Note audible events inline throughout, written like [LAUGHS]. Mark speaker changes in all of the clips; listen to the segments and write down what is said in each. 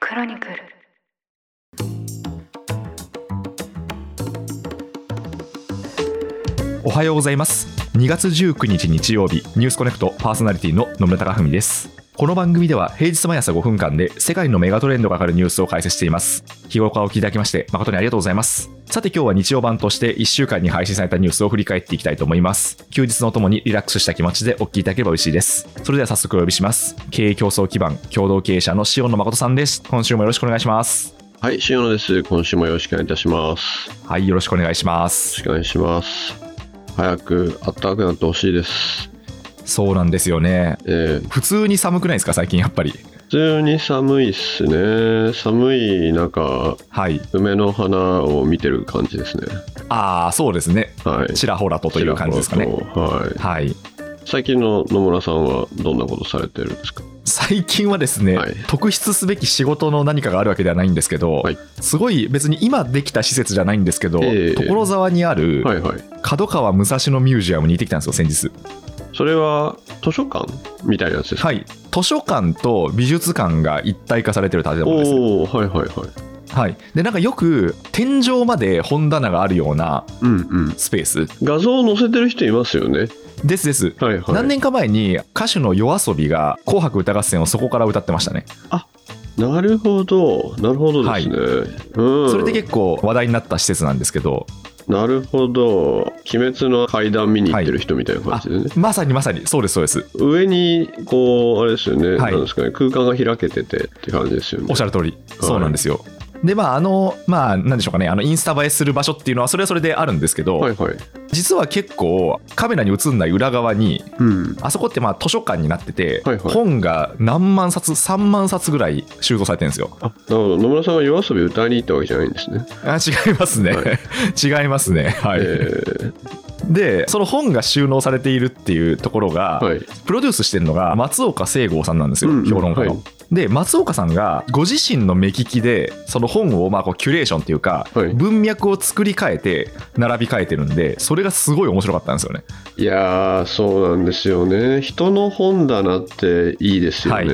Speaker 1: クロニクル
Speaker 2: おはようございます2月19日日曜日ニュースコネクトパーソナリティの野村隆文ですこの番組では平日毎朝5分間で世界のメガトレンドが上がるニュースを解説しています日頃からお聞きいただきまして誠にありがとうございますさて今日は日曜版として1週間に配信されたニュースを振り返っていきたいと思います休日のともにリラックスした気持ちでお聞きいただければ嬉しいですそれでは早速お呼びします経営競争基盤共同経営者の塩野誠さんです今週もよろしくお願いします
Speaker 3: はい、塩野です。今週もよろしくお願いいたします。よ
Speaker 2: はいよろしくお願いしま
Speaker 3: ろ
Speaker 2: す
Speaker 3: しくお願いします。早く暖かくなってほしいです。
Speaker 2: そうなんですよね
Speaker 3: えー
Speaker 2: 普通に寒くないですか最近やっぱり
Speaker 3: 普通に寒いっすね。寒い中、
Speaker 2: はい
Speaker 3: 梅の花を見てる感じですね。
Speaker 2: ああそうですね
Speaker 3: はい。
Speaker 2: ちらほらとという感じですか
Speaker 3: ち
Speaker 2: ね
Speaker 3: らほらとはい。
Speaker 2: はい
Speaker 3: 最近の野村さんはどんなことされてるんですか
Speaker 2: 最近はですね、
Speaker 3: はい
Speaker 2: 特筆すべき仕事の何かがあるわけではないんですけど、
Speaker 3: はい
Speaker 2: すごい別に今できた施設じゃないんですけど、
Speaker 3: ええ
Speaker 2: 所沢にある
Speaker 3: はいはい。
Speaker 2: 角川武蔵野ミュージアムに行ってきたんですよ先日
Speaker 3: それは図書館みたいなやつですか、
Speaker 2: はい図書館と美術館が一体化されてる建物です、
Speaker 3: おおはいはいはい。
Speaker 2: はい、でなんかよく天井まで本棚があるような
Speaker 3: うんうん。
Speaker 2: スペース
Speaker 3: 画像を載せてる人いますよね。
Speaker 2: ですです、
Speaker 3: はいはい。
Speaker 2: 何年か前に歌手の YOASOBI が「紅白歌合戦」をそこから歌ってましたね
Speaker 3: なるほど、なるほどですね。うん、
Speaker 2: それで結構話題になった施設なんですけど、
Speaker 3: なるほど「鬼滅の階段」見に行ってる人みたいな感じでね、
Speaker 2: まさにまさにそうですそうです
Speaker 3: 上にこうあれですよね、
Speaker 2: はい
Speaker 3: なんですかね空間が開けててって感じですよね
Speaker 2: おっしゃる通りそうなんですよ、でまああのまあ何でしょうかねあのインスタ映えする場所っていうのはそれはそれであるんですけど、
Speaker 3: はいはい
Speaker 2: 実は結構カメラに映んない裏側に
Speaker 3: うん
Speaker 2: あそこってまあ図書館になってて、
Speaker 3: はいはい
Speaker 2: 本が何万冊3万冊ぐらい収蔵されてるんですよ
Speaker 3: あなるほど野村さんは夜遊び歌いに行ったわけじゃないんですね、
Speaker 2: あ違いますね、
Speaker 3: は
Speaker 2: [LAUGHS] 違いますねはい、
Speaker 3: え
Speaker 2: でその本が収納されているっていうところが、
Speaker 3: ー、はい
Speaker 2: プロデュースしてるのが松岡聖剛さんなんですよ、
Speaker 3: うんうん
Speaker 2: 評論家の。
Speaker 3: はい
Speaker 2: で松岡さんがご自身の目利きでその本をまあこうキュレーションっていうか、
Speaker 3: はい
Speaker 2: 文脈を作り変えて並び替えてるんでそれがすごい面白かったんですよね。
Speaker 3: いやーそうなんですよね人の本棚っていいですよね、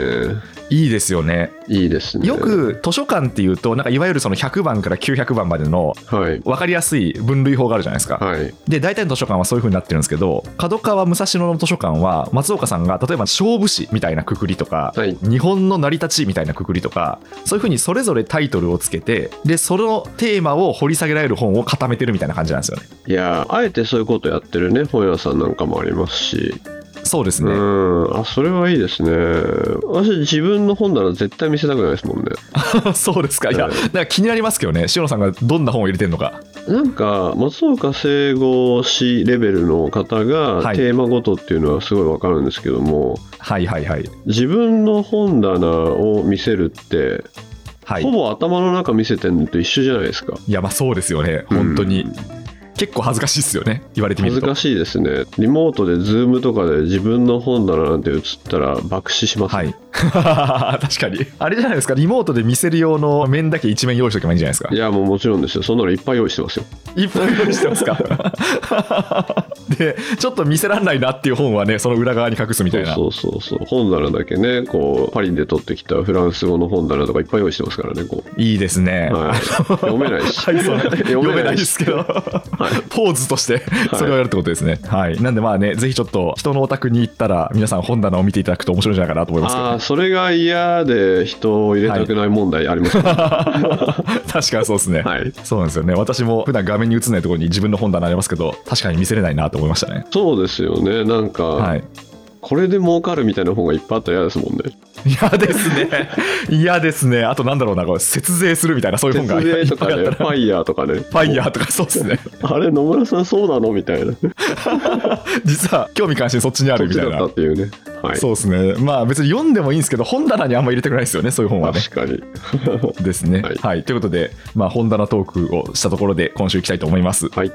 Speaker 2: いいですよね
Speaker 3: い、いですね
Speaker 2: よく図書館っていうとなんかいわゆるその100番から900番までの
Speaker 3: はい
Speaker 2: 分かりやすい分類法があるじゃないですか、
Speaker 3: はい
Speaker 2: で大体の図書館はそういう風になってるんですけど角川武蔵野の図書館は松岡さんが例えば勝負師みたいなくくりとか、
Speaker 3: はい
Speaker 2: 日本の成り立ちみたいなくくりとかそういう風にそれぞれタイトルをつけてでそのテーマを掘り下げられる本を固めてるみたいな感じなんですよね。
Speaker 3: いやーあえてそういうことやってるね本屋さんなんかもありますし
Speaker 2: そうですね、
Speaker 3: うんあそれはいいですね私自分の本棚絶対見せたくないですもんね
Speaker 2: [LAUGHS] そうですかいや、
Speaker 3: うん
Speaker 2: なんか気になりますけどね塩野さんがどんな本を入れてるのか
Speaker 3: なんか松岡聖吾氏レベルの方
Speaker 2: は
Speaker 3: が
Speaker 2: い
Speaker 3: テーマごとっていうのはすごいわかるんですけども、
Speaker 2: はいはいはい
Speaker 3: 自分の本棚を見せるって、
Speaker 2: はい
Speaker 3: ほぼ頭の中見せてるのと一緒じゃないですか
Speaker 2: いやまあそうですよね本当に、
Speaker 3: うん
Speaker 2: 結構恥ずかしいですよね言われてみ
Speaker 3: 恥
Speaker 2: る
Speaker 3: ず
Speaker 2: と
Speaker 3: かしいですねリモートでズームとかで自分の本棚なんて映ったら爆死します、
Speaker 2: はい、 [LAUGHS] 確かにあれじゃないですかリモートで見せる用の面だけ一面用意しとけばいいんじゃないですか
Speaker 3: いやもうもちろんですよそんなのいっぱい用意してますよ
Speaker 2: いっぱい用意してますか [LAUGHS] でちょっと見せらんないなっていう本はねその裏側に隠すみたいな
Speaker 3: そうそうそうそう本棚だけねこうパリで取ってきたフランス語の本棚とかいっぱい用意してますからねこう、
Speaker 2: いいですね、
Speaker 3: はい、読めないし、
Speaker 2: はいそう読めないですけど、
Speaker 3: はい
Speaker 2: ポーズとしてそれをやるってことですね、はいなんでまあねぜひちょっと人のお宅に行ったら皆さん本棚を見ていただくと面白いんじゃないかなと思いますけど
Speaker 3: あ
Speaker 2: ね、
Speaker 3: あそれが嫌で人を入れたくない問題あります
Speaker 2: [LAUGHS]
Speaker 3: ね
Speaker 2: 確かにそうですね、
Speaker 3: はい、
Speaker 2: そうなんですよね私も普段画面に映んないところに自分の本棚ありますけど確かに見せれないなと思いましたね
Speaker 3: そうですよねなんか、
Speaker 2: はい
Speaker 3: これで儲かるみたいな本がいっぱいあったら嫌ですもんね
Speaker 2: 嫌ですね。嫌ですね。あとなんだろうな、これ節税するみたいな、そういう本が
Speaker 3: 節
Speaker 2: い
Speaker 3: 税
Speaker 2: っ
Speaker 3: と
Speaker 2: ぱい
Speaker 3: か
Speaker 2: あっ
Speaker 3: ね
Speaker 2: た
Speaker 3: フ
Speaker 2: ら。
Speaker 3: ァイヤーとかね
Speaker 2: ファイヤーとかそうですね。 [LAUGHS]
Speaker 3: あれ野村さんそうなのみたいな
Speaker 2: 実は興味関心そっちにあ
Speaker 3: そ
Speaker 2: る
Speaker 3: っ
Speaker 2: み
Speaker 3: ち
Speaker 2: た
Speaker 3: だ
Speaker 2: い
Speaker 3: った
Speaker 2: な
Speaker 3: っ。ていうねはい
Speaker 2: そうですね。まあ別に読んでもいいんですけど、本棚にあんま入れたくないですよね、そういう本はね。
Speaker 3: 確かに
Speaker 2: ですね。は、
Speaker 3: はいい
Speaker 2: ということで、まあ本棚トークをしたところで今週行きたいと思います。
Speaker 3: はい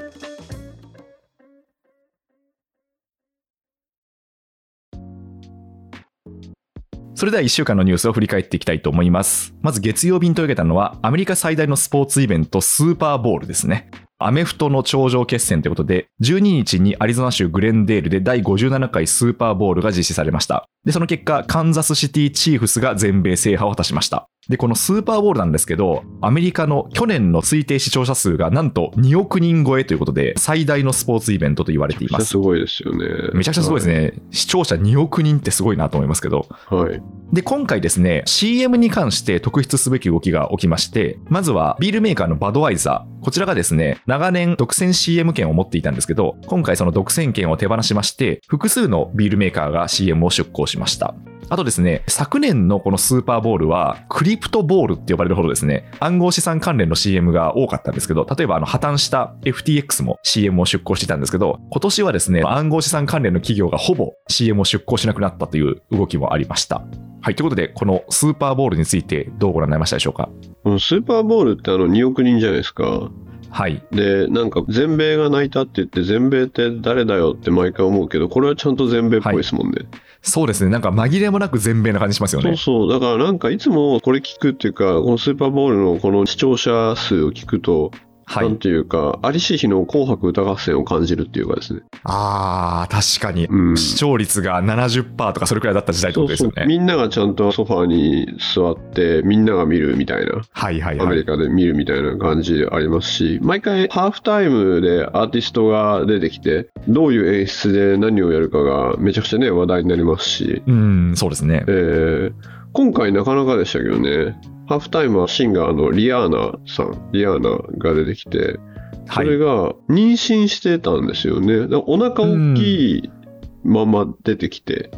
Speaker 2: それでは1週間のニュースを振り返っていきたいと思います。まず月曜日に取り上げたのは、アメリカ最大のスポーツイベント、スーパーボールですね。アメフトの頂上決戦ということで、12日にアリゾナ州グレンデールで第57回スーパーボールが実施されました。で、その結果、カンザスシティチーフスが全米制覇を果たしました。で、このスーパーボールなんですけど、アメリカの去年の推定視聴者数がなんと2億人超えということで、最大のスポーツイベントと言われています。
Speaker 3: すごいですよね。
Speaker 2: めちゃくちゃすごいですね。視聴者2億人ってすごいなと思いますけど。
Speaker 3: はい。はい。
Speaker 2: で、今回ですね、CM に関して特筆すべき動きが起きまして、まずはビールメーカーのバドワイザー。こちらがですね、長年独占 CM 権を持っていたんですけど、今回その独占権を手放しまして、複数のビールメーカーが CM を出稿しました。あとですね、昨年のこのスーパーボールは、クリプトボールって呼ばれるほどですね、暗号資産関連の CM が多かったんですけど、例えばあの破綻した FTX も CM を出稿してたんですけど、今年はですね、暗号資産関連の企業がほぼ CM を出稿しなくなったという動きもありました。はい、ということで、このスーパーボールについてどうご覧になりましたでしょうか。
Speaker 3: このスーパーボールってあの2億人じゃないですか。
Speaker 2: はい、
Speaker 3: で、なんか全米が泣いたって言って、全米って誰だよって毎回思うけど、これはちゃんと全米っぽいですもんね。
Speaker 2: そうですね、なんか紛れもなく全米な感じしますよ
Speaker 3: そう
Speaker 2: ね。
Speaker 3: そう。だからなんかいつもこれ聞くっていうか、このスーパーボールのこの視聴者数を聞くと、
Speaker 2: は
Speaker 3: なん
Speaker 2: い、
Speaker 3: ていうか、ありし日の紅白歌合戦を感じるっていうかですね。
Speaker 2: あー、確かに、
Speaker 3: うん。
Speaker 2: 視聴率が70%とかそれくらいだった時代って
Speaker 3: そ
Speaker 2: こと
Speaker 3: う
Speaker 2: です
Speaker 3: そ
Speaker 2: よ
Speaker 3: う
Speaker 2: ね。
Speaker 3: みんながちゃんとソファーに座ってみんなが見るみたいな
Speaker 2: はいはい
Speaker 3: ア
Speaker 2: は
Speaker 3: メ
Speaker 2: い。
Speaker 3: リカで見るみたいな感じでありますし、毎回ハーフタイムでアーティストが出てきて、どういう演出で何をやるかがめちゃくちゃね、話題になりますし、
Speaker 2: うん、そうですね
Speaker 3: え。ー今回なかなかでしたけどね、ハーフタイムはシンガーのリアーナさん、リアーナが出てきて、そ
Speaker 2: はい
Speaker 3: れ。が妊娠してたんですよね。だからお腹大きいまま出てきて、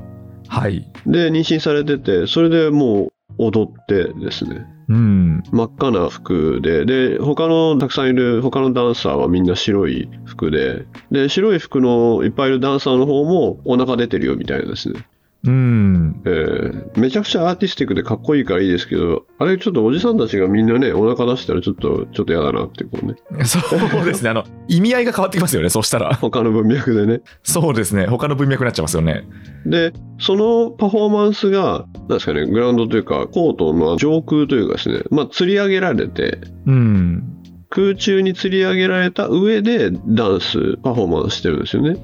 Speaker 2: はい。
Speaker 3: で、妊娠されてて、それでもう踊ってですね。
Speaker 2: うん。
Speaker 3: 真っ赤な服で、で、他のたくさんいる他のダンサーはみんな白い服で、で、白い服のいっぱいいるダンサーの方もお腹出てるよみたいなですね。
Speaker 2: うん。
Speaker 3: えーめちゃくちゃアーティスティックでかっこいいからいいですけど、あれちょっとおじさんたちがみんなね、お腹出したらちょっと、ちょっと嫌だなってこうね。
Speaker 2: そうですね。あの、意味合いが変わってきますよね。そうしたら。
Speaker 3: 他の文脈でね。
Speaker 2: そうですね。他の文脈になっちゃいますよね。
Speaker 3: で、そのパフォーマンスが、なんですかね、グラウンドというか、コートの上空というかですね、まあ、釣り上げられて、
Speaker 2: うん。
Speaker 3: 空中に釣り上げられた上でダンスパフォーマンスしてるんですよね。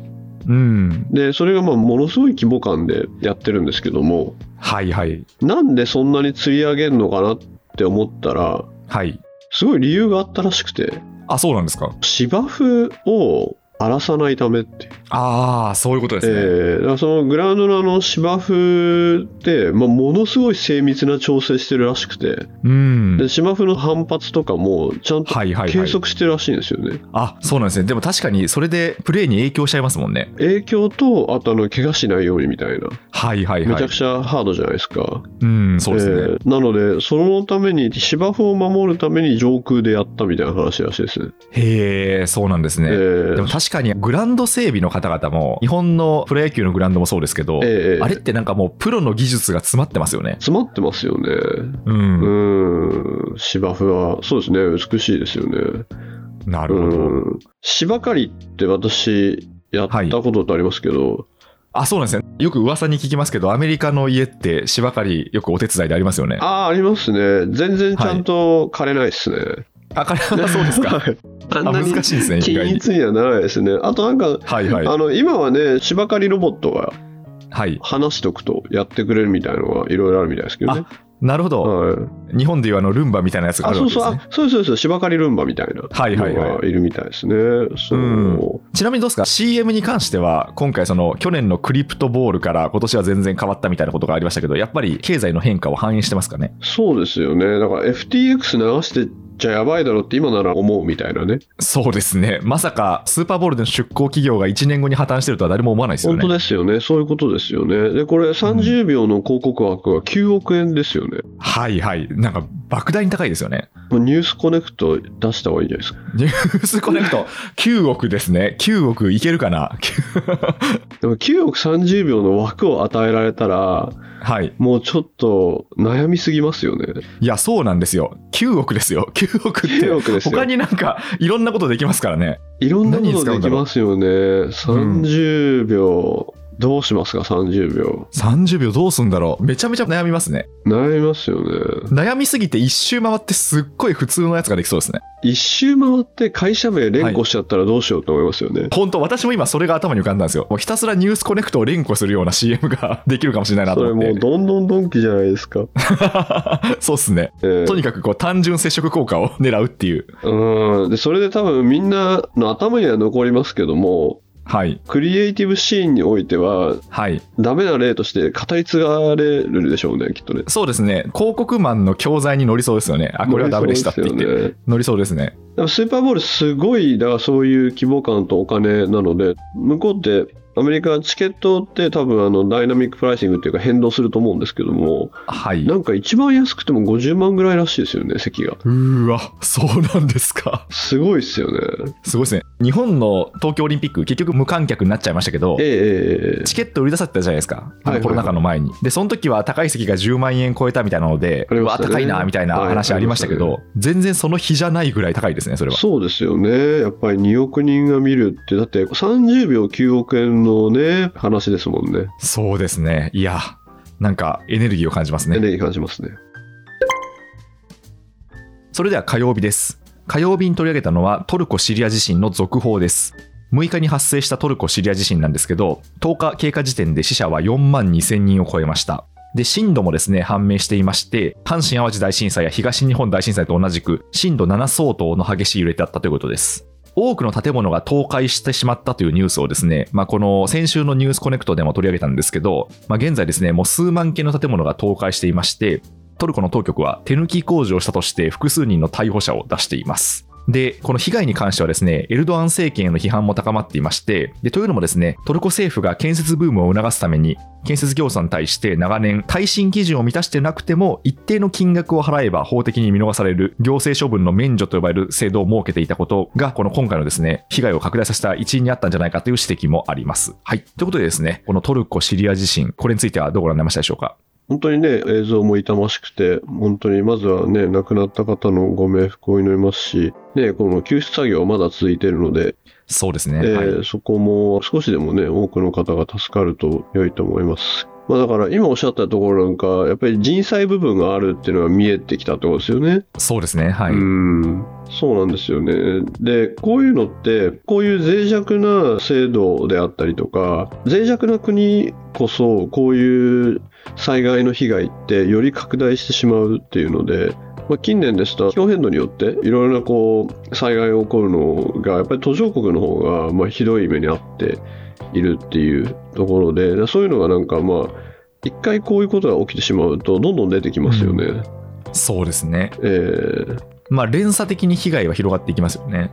Speaker 2: うん。
Speaker 3: で、それがまあものすごい規模感でやってるんですけども、
Speaker 2: はいはい。
Speaker 3: なんでそんなに釣り上げるのかなって思ったら、
Speaker 2: はい。
Speaker 3: すごい理由があったらしくて、
Speaker 2: あ、そうなんですか。
Speaker 3: 芝生を荒らさないためっていう。
Speaker 2: ああ、そういうことですね。
Speaker 3: えーだからそのグラウンドのあの芝生って、まあ、ものすごい精密な調整してるらしくて、
Speaker 2: うん。
Speaker 3: で芝生の反発とかもちゃんと
Speaker 2: はいはいは
Speaker 3: 計
Speaker 2: い。
Speaker 3: 測してるらしいんですよね。
Speaker 2: あ、そうなんですね。でも確かに、それでプレーに影響しちゃいますもんね。
Speaker 3: 影響と、あとあの怪我しないようにみたいな、
Speaker 2: はいはい
Speaker 3: め
Speaker 2: は
Speaker 3: ちゃ
Speaker 2: い
Speaker 3: く。ちゃハードじゃないですか。
Speaker 2: うん、そうですね。
Speaker 3: えーなので、そのために、芝生を守るために上空でやったみたいな話らしいですね。
Speaker 2: へえ、そうなんですね。
Speaker 3: えー
Speaker 2: でも確かにグラウンド整備の方々も日本のプロ野球のグラウンドもそうですけど、
Speaker 3: えーえー
Speaker 2: あれってなんかもうプロの技術が詰まってますよね。
Speaker 3: 詰まってますよね。
Speaker 2: うん。
Speaker 3: うーん、芝生は、そうですね、美しいですよね。
Speaker 2: なるほど。
Speaker 3: うん、芝刈りって私、やったことってありますけど、
Speaker 2: あ、そうなんですね。よく噂に聞きますけど、アメリカの家って芝刈りよくお手伝いでありますよね。あ、
Speaker 3: ああ、ありますね。全然ちゃんと枯れないですね。
Speaker 2: あそうですか。
Speaker 3: はい [LAUGHS] あん
Speaker 2: [LAUGHS] あ、
Speaker 3: な
Speaker 2: 難
Speaker 3: に
Speaker 2: しいですね、意
Speaker 3: 均
Speaker 2: 外に。
Speaker 3: 一にはならないですね。あとなんか、
Speaker 2: はいはい。
Speaker 3: あの今はね、芝刈りロボットが
Speaker 2: はい。
Speaker 3: 話しておくとやってくれるみたいなのがいろいろあるみたいですけどね。
Speaker 2: なるほど。
Speaker 3: はい、
Speaker 2: 日本でいうあのルンバみたいなやつがあ
Speaker 3: あ
Speaker 2: る
Speaker 3: そ
Speaker 2: わ
Speaker 3: う
Speaker 2: けですね。
Speaker 3: そう、あそうそうそう、芝刈りルンバみたいなの
Speaker 2: はいはいはい
Speaker 3: がいるみたいですね。そう
Speaker 2: うんちなみにどうですか ?CM に関しては、今回その去年のクリプトボールから今年は全然変わったみたいなことがありましたけど、やっぱり経済の変化を反映してますかね
Speaker 3: そうですよね。だから FTX 流してっちゃやばいだろって今なら思うみたいなね。
Speaker 2: そうですね。まさかスーパーボールでの出向企業が1年後に破綻してるとは誰も思わないですよ
Speaker 3: 本当
Speaker 2: ね。
Speaker 3: ですよね。そういうことですよね。で、これ30秒の広告枠が9億円ですよね。
Speaker 2: はいはい。なんか、莫大に高いですよね。
Speaker 3: もうニュースコネクト出した方がいいんじゃないですか。
Speaker 2: ニュースコネク [LAUGHS] ト、9億ですね。9億いけるかな
Speaker 3: でも9億30秒の枠を与えられたら、
Speaker 2: はい。
Speaker 3: もうちょっと悩みすぎますよね。
Speaker 2: いや、そうなんですよ。9億ですよ。9億って。
Speaker 3: 9億ですよ
Speaker 2: 他になんか、いろんなことできますからね。
Speaker 3: いろんなこ
Speaker 2: 何に使
Speaker 3: と
Speaker 2: うんだ
Speaker 3: でき
Speaker 2: ろう
Speaker 3: ますよね。30秒、どうしますか30秒
Speaker 2: 30秒どうすんだろうめちゃめちゃ悩みますね
Speaker 3: 悩みますよね
Speaker 2: 悩みすぎて一周回ってすっごい普通のやつができそうですね
Speaker 3: 一周回って会社名連呼しちゃったらどうしようと思いますよね、
Speaker 2: 本当私も今それが頭に浮かんだんですよもうひたすらニュースコネクトを連呼するような CM ができるかもしれないなと
Speaker 3: それ
Speaker 2: 思っ
Speaker 3: もう
Speaker 2: て
Speaker 3: どんどんドンキじゃないですか、
Speaker 2: [LAUGHS] そうっすね
Speaker 3: ええ
Speaker 2: とにかくこう単純接触効果を狙うっていう
Speaker 3: うんでそれで多分みんなの頭には残りますけども
Speaker 2: はい
Speaker 3: クリエイティブシーンにおいては
Speaker 2: はい
Speaker 3: ダメな例として語り継がれるでしょうねきっとね
Speaker 2: そうですね広告マンの教材に乗りそうですよねあこれはダメでしたって言って
Speaker 3: そうですよね
Speaker 2: 乗りそうですね
Speaker 3: でもスーパーボールすごいだからそういう規模感とお金なので向こうってアメリカチケットって多分あのダイナミックプライシングっていうか変動すると思うんですけども
Speaker 2: はい
Speaker 3: なんか一番安くても50万ぐらいらしいですよね席が
Speaker 2: うーわそうなんですか
Speaker 3: すごいっすよね
Speaker 2: すごいですね日本の東京オリンピック結局無観客になっちゃいましたけど
Speaker 3: ええええええ
Speaker 2: チケット売り出されてたじゃないですか、あの
Speaker 3: はいはいはい
Speaker 2: コロナ禍の前に。で、その時は高い席が10万円超えたみたいなので、
Speaker 3: あり
Speaker 2: う
Speaker 3: ま
Speaker 2: わ、
Speaker 3: したね
Speaker 2: 高いなみたいな
Speaker 3: はい
Speaker 2: 話ありましたけど、
Speaker 3: あり
Speaker 2: 全然その比じゃないぐらい高いですね、それは。
Speaker 3: そうですよねやっぱり2億人が見るってだって30秒9億円のね話ですもんね
Speaker 2: そうですね、いや、なんかエネルギーを感じます
Speaker 3: エ
Speaker 2: ね。
Speaker 3: ネルギー感じますね
Speaker 2: それでは火曜日です。火曜日に取り上げたのはトルコ・シリア地震の続報です。6日に発生したトルコ・シリア地震なんですけど、10日経過時点で死者は4万2000人を超えました。で、震度もですね、判明していまして、阪神・淡路大震災や東日本大震災と同じく、震度7相当の激しい揺れだったということです。多くの建物が倒壊してしまったというニュースをですね、まあ、この先週のニュースコネクトでも取り上げたんですけど、まあ、現在ですね、もう数万件の建物が倒壊していまして、トルコの当局は手抜き工事をしたとして複数人の逮捕者を出しています。で、この被害に関してはですね、エルドアン政権への批判も高まっていまして、で、というのもですね、トルコ政府が建設ブームを促すために、建設業者に対して長年、耐震基準を満たしてなくても、一定の金額を払えば法的に見逃される行政処分の免除と呼ばれる制度を設けていたことが、この今回のですね、被害を拡大させた一因にあったんじゃないかという指摘もあります。はい。ということでですね、このトルコ・シリア地震、これについてはどうご覧になりましたでしょうか
Speaker 3: 本当にね、映像も痛ましくて、本当にまずはね、亡くなった方のご冥福を祈りますし、ね、この救出作業はまだ続いているので、
Speaker 2: そうですね。
Speaker 3: えー
Speaker 2: はい
Speaker 3: そこも少しでもね、多くの方が助かると良いと思います。まあだから今おっしゃったところなんか、やっぱり人災部分があるっていうのが見えてきたってことですよね。
Speaker 2: そうですね、はい。
Speaker 3: うんそうなんですよね。で、こういうのって、こういう脆弱な制度であったりとか、脆弱な国こそ、こういう災害の被害ってより拡大してしまうっていうので、まあ、近年ですと、気候変動によって、いろいろなこう災害が起こるのが、やっぱり途上国の方がまあひどい目に遭っているっていうところで、でそういうのがなんか、まあ、一回こういうことが起きてしまうと、どんどん出てきますよね。
Speaker 2: そうですね。
Speaker 3: えー
Speaker 2: まあ、連鎖的に被害は広がっていきますよね。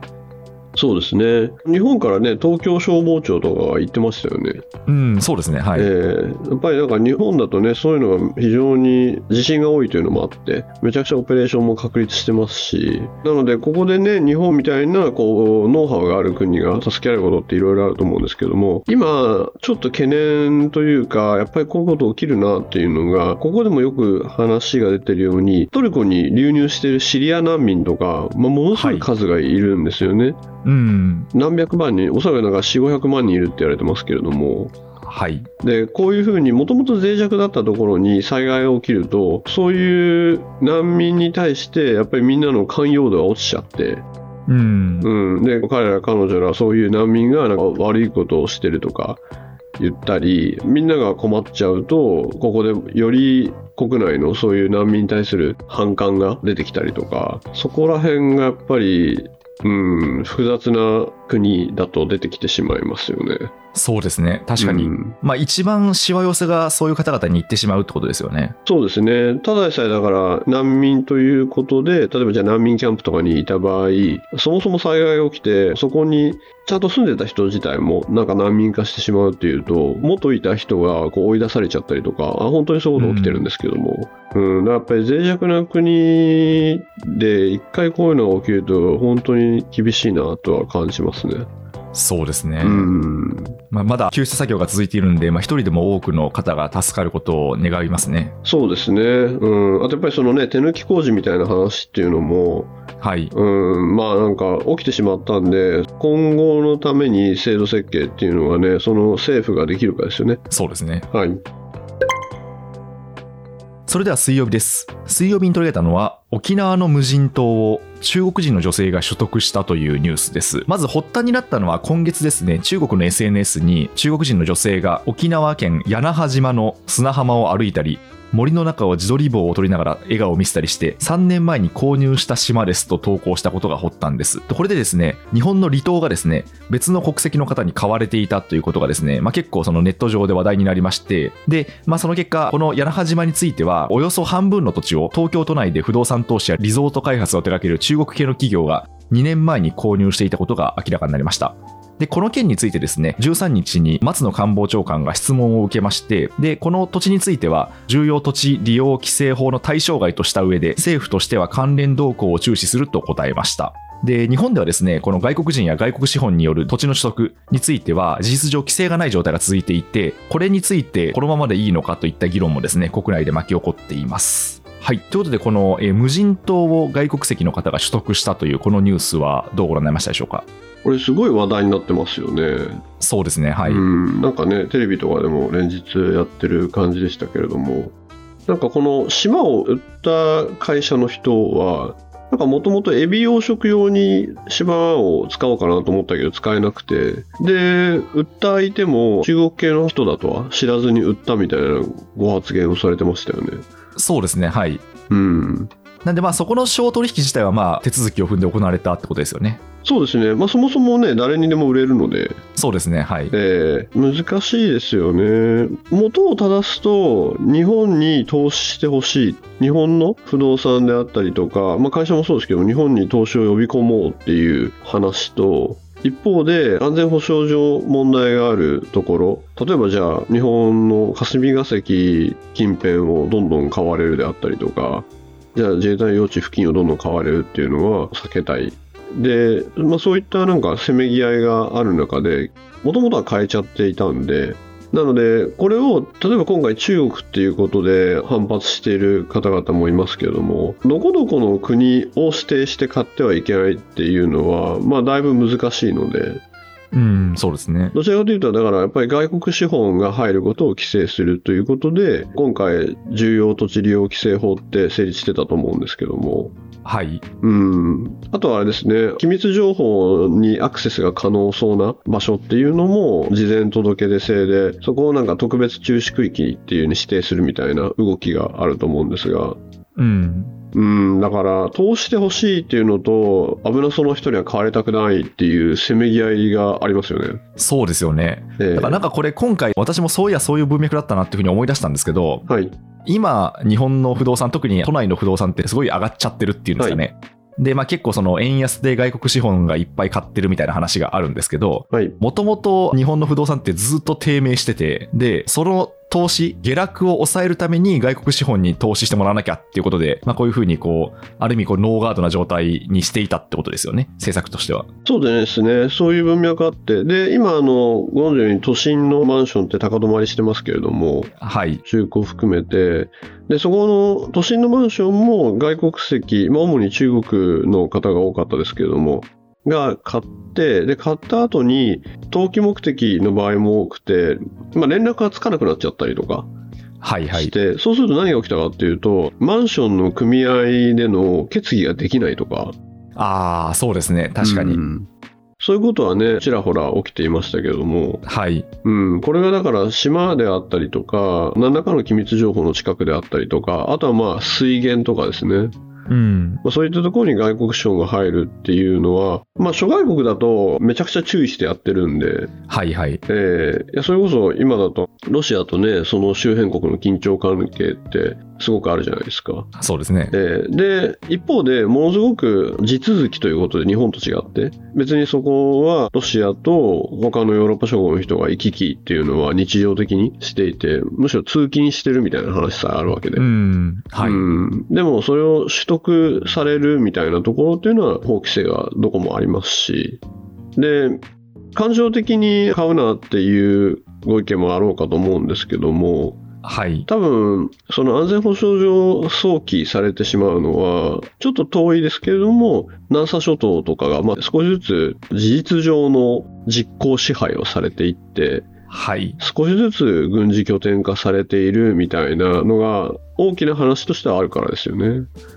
Speaker 3: そうですね。日本からね、東京消防庁とかは行ってましたよね。
Speaker 2: うん、そうですね、はい。
Speaker 3: えーやっぱりなんか日本だとね、そういうのが非常に地震が多いというのもあって、めちゃくちゃオペレーションも確立してますし、なので、ここでね、日本みたいなこうノウハウがある国が助けられることっていろいろあると思うんですけども、今、ちょっと懸念というか、やっぱりこういうこと起きるなっていうのが、ここでもよく話が出てるように、トルコに流入しているシリア難民とか、まあ、ものすごい数がいるんですよね。
Speaker 2: うん、
Speaker 3: 何百万人おそらくなんか4500万人いるって言われてますけれども
Speaker 2: はい。
Speaker 3: でこういうふうにもともと脆弱だったところに災害が起きるとそういう難民に対してやっぱりみんなの寛容度が落ちちゃって、
Speaker 2: うん、
Speaker 3: うん、で彼ら彼女らそういう難民がなんか悪いことをしてるとか言ったりみんなが困っちゃうとここでより国内のそういう難民に対する反感が出てきたりとかそこら辺がやっぱり、うん、複雑な国だと出てきてしまいますよね。
Speaker 2: そうですね、確かに。
Speaker 3: うん
Speaker 2: まあ、一番しわ寄せがそういう方々に行ってしまうってことですよね。
Speaker 3: そうですねただでさえだから難民ということで例えばじゃあ難民キャンプとかにいた場合そもそも災害が起きてそこにちゃんと住んでた人自体もなんか難民化してしまうっていうと元いた人がこう追い出されちゃったりとかあ本当にそういうこと起きてるんですけども、うんだからやっぱり脆弱な国で一回こういうのが起きると本当に厳しいなとは感じますね。
Speaker 2: そうですね、
Speaker 3: うん、
Speaker 2: まあ、まだ救出作業が続いているんで、まあ、一人でも多くの方が助かることを願いますね。
Speaker 3: そうですね、うん、あとやっぱりそのね手抜き工事みたいな話っていうのも、
Speaker 2: はい、
Speaker 3: うん、まあなんか起きてしまったんで、今後のために制度設計っていうのはね、その政府ができるかですよね。
Speaker 2: そうですね。
Speaker 3: はい、
Speaker 2: それでは水曜日です。水曜日に取り上げたのは、沖縄の無人島を中国人の女性が取得したというニュースです。まず発端になったのは今月ですね、中国の SNS に中国人の女性が沖縄県屋那覇島の砂浜を歩いたり、森の中を自撮り棒を取りながら笑顔を見せたりして3年前に購入した島ですと投稿したことが発端ですでこれでですね日本の離島がですね別の国籍の方に買われていたということがですね、まあ、結構そのネット上で話題になりましてで、まあ、その結果この屋那覇島についてはおよそ半分の土地を東京都内で不動産投資やリゾート開発を手掛ける中国系の企業が2年前に購入していたことが明らかになりましたでこの件についてですね13日に松野官房長官が質問を受けましてでこの土地については重要土地利用規制法の対象外とした上で政府としては関連動向を注視すると答えましたで日本ではですねこの外国人や外国資本による土地の取得については事実上規制がない状態が続いていてこれについてこのままでいいのかといった議論もですね国内で巻き起こっていますはいということでこの、えー無人島を外国籍の方が取得したというこのニュースはどうご覧になりましたでしょうか
Speaker 3: これすごい話題になってますよね、
Speaker 2: そうですねはい、
Speaker 3: うん、なんかねテレビとかでも連日やってる感じでしたけれどもなんかこの島を売った会社の人はなんかもともとエビ養殖用に島を使おうかなと思ったけど使えなくてで売った相手も中国系の人だとは知らずに売ったみたいなご発言をされてましたよね
Speaker 2: そうですね、はい。
Speaker 3: うん
Speaker 2: なんで、まあ、そこの商取引自体は、まあ、手続きを踏んで行われたってことですよね。
Speaker 3: そうですね、まあ、そもそもね誰にでも売れるので
Speaker 2: そうですね、はい。
Speaker 3: えー難しいですよね元を正すと日本に投資してほしい日本の不動産であったりとか、まあ、会社もそうですけど日本に投資を呼び込もうっていう話と一方で安全保障上問題があるところ例えばじゃあ日本の霞が関近辺をどんどん買われるであったりとかじゃあ自衛隊用地付近をどんどん買われるっていうのは避けたいで、まあ、そういったなんかせめぎ合いがある中でもともとは変えちゃっていたんで、なので、これを例えば今回、中国っていうことで反発している方々もいますけれども、どこどこの国を指定して買ってはいけないっていうのは、まあ、だいぶ難しいので、
Speaker 2: うん、そうですね。
Speaker 3: どちらかというと、だからやっぱり外国資本が入ることを規制するということで、今回、重要土地利用規制法って成立してたと思うんですけども、
Speaker 2: はい。
Speaker 3: うん、あとはあれですね、機密情報にアクセスが可能そうな場所っていうのも、事前届け出制で、そこをなんか特別注視区域っていうに指定するみたいな動きがあると思うんですが、
Speaker 2: うん。
Speaker 3: うん、だから、通してほしいっていうのと、危なそうな人には買われたくないっていうせめぎ合いがありますよね。
Speaker 2: そうですよね。
Speaker 3: ええ
Speaker 2: だから、なんかこれ、今回、私もそういや、そういう文脈だったなっていうふうに思い出したんですけど、
Speaker 3: はい、
Speaker 2: 今、日本の不動産、特に都内の不動産ってすごい上がっちゃってるっていうんですかね。で、まあ、結構、その円安で外国資本がいっぱい買ってるみたいな話があるんですけど、
Speaker 3: はい、
Speaker 2: もともと日本の不動産ってずっと低迷してて、で、その投資、下落を抑えるために外国資本に投資してもらわなきゃっていうことで、まあこういうふうにこう、ある意味こうノーガードな状態にしていたってことですよね、政策としては。
Speaker 3: そうですね、そういう文脈あって、で、今、あの、ご存知のように都心のマンションって高止まりしてますけれども、
Speaker 2: はい。
Speaker 3: 中古を含めてでそこの都心のマンションも外国籍、まあ、主に中国の方が多かったですけれどもが買ってで買った後に投機目的の場合も多くて、まあ、連絡がつかなくなっちゃったりとか
Speaker 2: はいは
Speaker 3: し
Speaker 2: い。
Speaker 3: て、そうすると何が起きたかっていうとマンションの組合での決議ができないとか
Speaker 2: ああ、そうですね、確かに。
Speaker 3: うんそういうことはねちらほら起きていましたけれども
Speaker 2: はい。
Speaker 3: うん、これがだから島であったりとか、何らかの機密情報の近くであったりとか、あとはまあ水源とかですね、
Speaker 2: うん。
Speaker 3: まあ、そういったところに外国資本が入るっていうのは、まあ、諸外国だとめちゃくちゃ注意してやってるんで、
Speaker 2: はいはい。
Speaker 3: えーいやそれこそ今だと、ロシアとね、その周辺国の緊張関係ってすごくあるじゃないですか。
Speaker 2: そうですね
Speaker 3: え。ーで一方で、ものすごく地続きということで、日本と違って、別にそこはロシアと他のヨーロッパ諸国の人が行き来っていうのは日常的にしていて、むしろ通勤してるみたいな話さえあるわけで。
Speaker 2: うん。はい。
Speaker 3: うんでもそれを取得されるみたいなところっていうのは法規制がどこもありますしで感情的に買うなっていうご意見もあろうかと思うんですけども、
Speaker 2: はい。
Speaker 3: 多分その安全保障上早期されてしまうのはちょっと遠いですけれども南沙諸島とかがまあ少しずつ事実上の実効支配をされていって
Speaker 2: はい。
Speaker 3: 少しずつ軍事拠点化されているみたいなのが大きな話としてはあるからですよね。
Speaker 2: う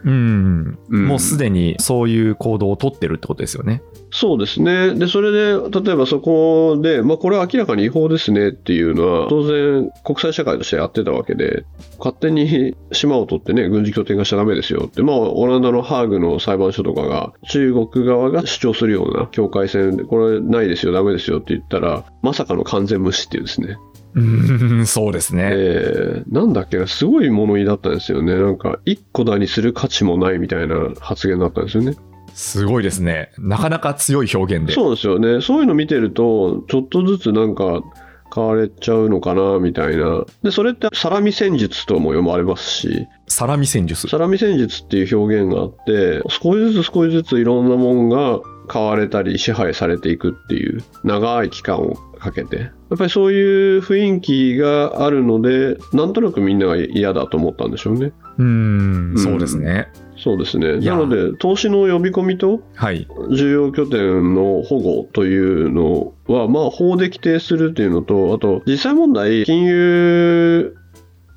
Speaker 2: ん。
Speaker 3: うん
Speaker 2: もうすでにそういう行動を取ってるってことですよね。
Speaker 3: そうですね。で、それで、例えばそこで、まあ、これは明らかに違法ですねっていうのは、当然、国際社会としてやってたわけで、勝手に島を取ってね、軍事拠点化しちゃダメですよって、まあ、オランダのハーグの裁判所とかが、中国側が主張するような境界線で、これないですよ、ダメですよって言ったら、まさかの完全無視っていうですね。
Speaker 2: うん、そうですね。
Speaker 3: えー、なんだっけな、すごい物言いだったんですよね。なんか、一個だにする価値もないみたいな発言だったんですよね。
Speaker 2: すごいですね。なかなか強い表現で。
Speaker 3: そうですよね。そういうの見てると、ちょっとずつなんか、買われちゃうのかなみたいな。で、それってサラミ戦術とも読まれますし、
Speaker 2: サラミ戦術。
Speaker 3: サラミ戦術っていう表現があって、少しずつ少しずついろんなもんが買われたり支配されていくっていう長い期間をかけて。やっぱりそういう雰囲気があるので、なんとなくみんなが嫌だと思ったんでしょうね。
Speaker 2: うん、そうですね。
Speaker 3: そうですね。
Speaker 2: いや
Speaker 3: なので、投資の呼び込みと
Speaker 2: はい。
Speaker 3: 重要拠点の保護というのは、まあ、法で規定するというのと、あと、実際問題、金融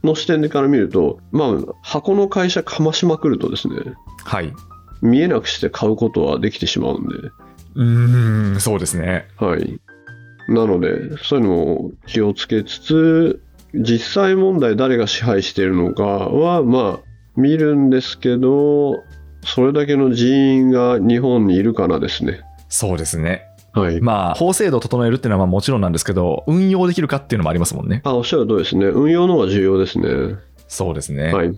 Speaker 3: の視点から見ると、まあ、箱の会社かましまくるとですね、
Speaker 2: はい。
Speaker 3: 見えなくして買うことはできてしまうんで、
Speaker 2: うん、そうですね。
Speaker 3: はい。なので、そういうのを気をつけつつ、実際問題誰が支配しているのかは、まあ、見るんですけど、それだけの人員が日本にいるからですね。
Speaker 2: そうですね。
Speaker 3: はい。
Speaker 2: まあ、法制度を整えるっていうのはまあもちろんなんですけど、運用できるかっていうのもありますもんね。
Speaker 3: あおっしゃる通りですね。運用の方が重要ですね。
Speaker 2: そうですね。
Speaker 3: はい。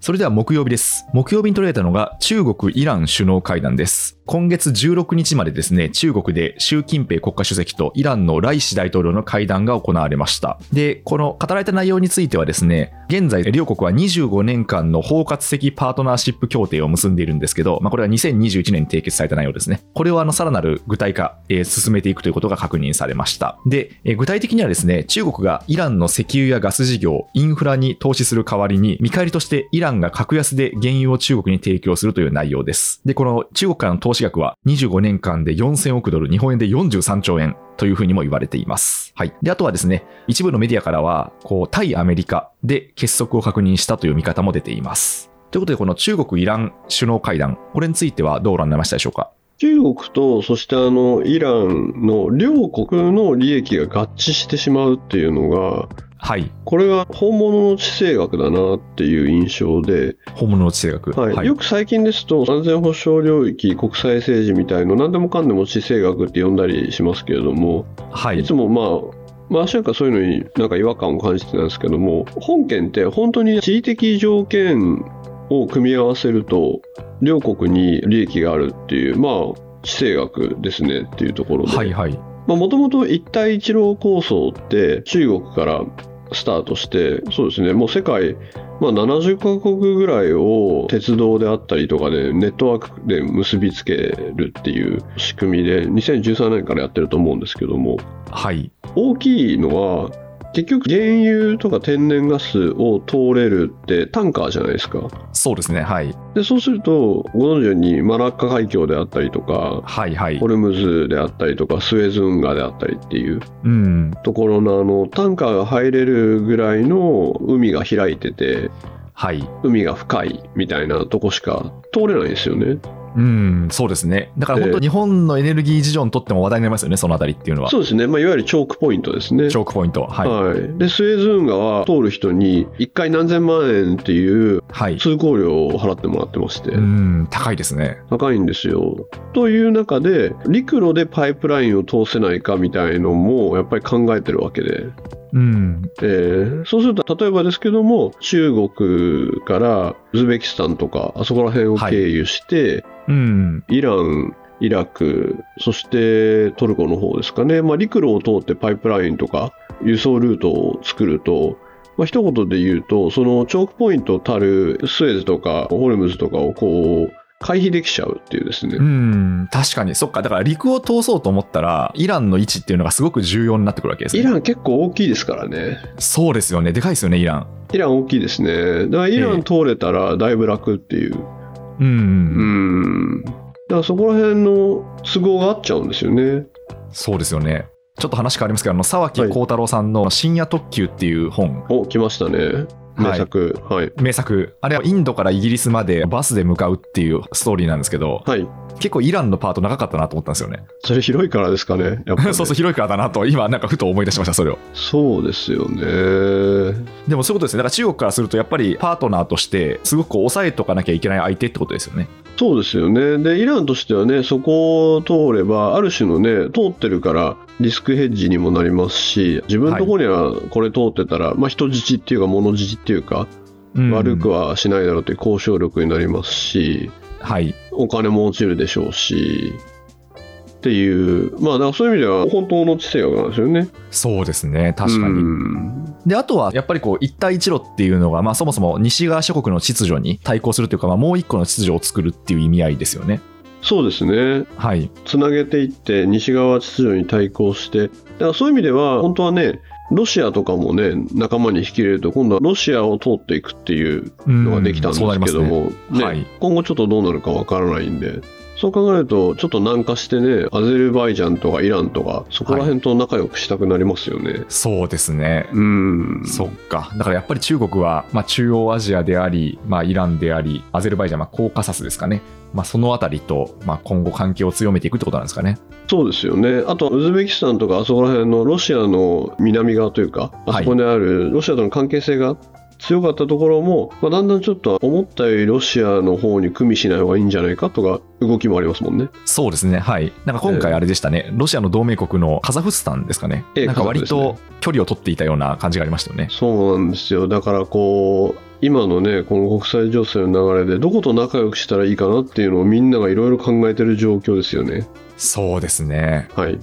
Speaker 2: それでは木曜日です。木曜日に取り上げたのが中国・イラン首脳会談です。今月16日までですね、中国で習近平国家主席とイランのライシ大統領の会談が行われました。で、この語られた内容についてはですね、現在両国は25年間の包括的パートナーシップ協定を結んでいるんですけど、まあ、これは2021年に締結された内容ですね。これをあのさらなる具体化、えー進めていくということが確認されました。で、えー具体的にはですね、中国がイランの石油やガス事業、インフラに投資する代わりに、見返りとしてイランが格安で原油を中国に提供するという内容です。で、この中国からの投資額は25年間で4000億ドル、日本円で43兆円。というふうにも言われています。はい。で、あとはですね、一部のメディアからは、こう、対アメリカで結束を確認したという見方も出ています。ということで、この中国・イラン首脳会談、これについてはどうご覧になりましたでしょうか
Speaker 3: 中国と、そしてあの、イランの両国の利益が合致してしまうっていうのが、
Speaker 2: はい。
Speaker 3: これが本物の地政学だなっていう印象で、
Speaker 2: 本物の地政学。
Speaker 3: はいよく最近ですと安全保障領域、国際政治みたいの何でもかんでも地政学って呼んだりしますけれども、
Speaker 2: はいい
Speaker 3: つ。もまあ、まあ、私なんかそういうのになんか違和感を感じてたんですけども、本件って本当に地理的条件を組み合わせると、両国に利益があるっていう、まあ、地政学ですねっていうところで、
Speaker 2: はいはい。
Speaker 3: まあもともと一帯一路構想って中国からスタートして、そうですね、もう世界、まあ、70カ国ぐらいを鉄道であったりとかで、ネットワークで結びつけるっていう仕組みで、2013年からやってると思うんですけども、
Speaker 2: はい。
Speaker 3: 大きいのは結局原油とか天然ガスを通れるってタンカーじゃないですか
Speaker 2: そうですね。はい。
Speaker 3: でそうするとご存知のようにマラッカ海峡であったりとか
Speaker 2: はいはい
Speaker 3: ホ。ルムズであったりとかスエズ運河であったりっていう
Speaker 2: うん。
Speaker 3: ところのあのタンカーが入れるぐらいの海が開いてて
Speaker 2: はい。
Speaker 3: 海が深いみたいなとこしか通れないんですよね
Speaker 2: うん。そうですね。だから本当、
Speaker 3: え
Speaker 2: 日本のエネルギー事情にとっても話題になりますよね、そのあたりっていうのは。
Speaker 3: そうですね、まあ、いわゆるチョークポイントですね
Speaker 2: チョークポイント。はい。
Speaker 3: はい、でスエズ運河は通る人に1回何千万円っていう
Speaker 2: はい。
Speaker 3: 通行料を払ってもらってまして、
Speaker 2: うん。高いですね。
Speaker 3: 高いんですよ。という中で、陸路でパイプラインを通せないかみたいのもやっぱり考えてるわけで、
Speaker 2: うん。
Speaker 3: えーそうすると、例えばですけども、中国からウズベキスタンとか、あそこら辺を経由して、
Speaker 2: うん。
Speaker 3: イラン、イラク、そしてトルコの方ですかね、まあ、陸路を通ってパイプラインとか輸送ルートを作ると、まあ一言で言うと、そのチョークポイントたるスエズとかホルムズとかをこう、回避できちゃうっていうですね、
Speaker 2: うん、確かに、そっか、だから陸を通そうと思ったら、イランの位置っていうのがすごく重要になってくるわけですね。
Speaker 3: イラン結構大きいですからね
Speaker 2: そうですよね、でかいですよね、イラン。
Speaker 3: イラン大きいですねだからイラ
Speaker 2: ええ
Speaker 3: ン通れたらだいぶ楽っていう
Speaker 2: うん、う
Speaker 3: う
Speaker 2: ん、
Speaker 3: んだからそこら辺の都合が合っちゃうんですよね
Speaker 2: そうですよね。ちょっと話変わりますけど、あの沢木幸太郎さんの深夜特急っていう本、
Speaker 3: お来ましたね
Speaker 2: はい
Speaker 3: 名作はい
Speaker 2: 名作、あれはインドからイギリスまでバスで向かうっていうストーリーなんですけど、
Speaker 3: はい、
Speaker 2: 結構イランのパート長かったなと思ったんですよね。
Speaker 3: それ広いからですかねやっぱ
Speaker 2: [LAUGHS]
Speaker 3: ね
Speaker 2: そうそう、広いからだなと、今、なんかふと思い出しました、それを。
Speaker 3: そうですよね
Speaker 2: でもそういうことですね、だから中国からすると、やっぱりパートナーとして、すごくこう抑えとかなきゃいけない相手ってことですよね。
Speaker 3: そうですよね。で、イランとしてはね、そこを通れば、ある種のね、通ってるから、リスクヘッジにもなりますし、自分のとこにはこれ通ってたら、まあ人質っていうか、物質っていうか、
Speaker 2: うん
Speaker 3: 悪くはしないだろうという交渉力になりますし、
Speaker 2: はい、
Speaker 3: お金も落ちるでしょうし、っていう、まあ、だからそういう意味では、本当の知性学なんですよね。
Speaker 2: そうですね、確かに。
Speaker 3: うん
Speaker 2: であとはやっぱりこう一帯一路っていうのが、まあ、そもそも西側諸国の秩序に対抗するというか、まあ、もう一個の秩序を作るっていう意味合いですよね。
Speaker 3: そうですね。
Speaker 2: はい、
Speaker 3: つなげていって西側秩序に対抗してだからそういう意味では本当はねロシアとかもね仲間に引き入れると今度はロシアを通っていくっていうのができたんですけど
Speaker 2: うん
Speaker 3: も、
Speaker 2: ますね
Speaker 3: ね
Speaker 2: はい
Speaker 3: 今後ちょっとどうなるかわからないんでそう考えるとちょっと南下してねアゼルバイジャンとかイランとかそこら辺と仲良くしたくなりますよね。
Speaker 2: そうですね。
Speaker 3: うん
Speaker 2: そっかだからやっぱり中国は、まあ、中央アジアであり、まあ、イランでありアゼルバイジャン、まあ、コーカサスですかね、まあ、そのあたりと、まあ、今後関係を強めていくってことなんですかね。
Speaker 3: そうですよね。あと、ウズベキスタンとか、あそこら辺のロシアの南側というか、
Speaker 2: は
Speaker 3: あ
Speaker 2: い
Speaker 3: そこにあるロシアとの関係性が強かったところも、まあ、だんだんちょっと思ったよりロシアの方に組みしない方がいいんじゃないかとか、動きもありますもんね。
Speaker 2: そうですね、はい、なんか今回あれでしたね、ロシアの同盟国のカザフスタンですかね、
Speaker 3: ええ
Speaker 2: なんか割
Speaker 3: カザフ
Speaker 2: と距離を取っていたような感じがありましたよね。
Speaker 3: そうなんですよ。だからこう、今のね、この国際情勢の流れで、どこと仲良くしたらいいかなっていうのをみんながいろいろ考えてる状況ですよね。
Speaker 2: そうですね
Speaker 3: はい。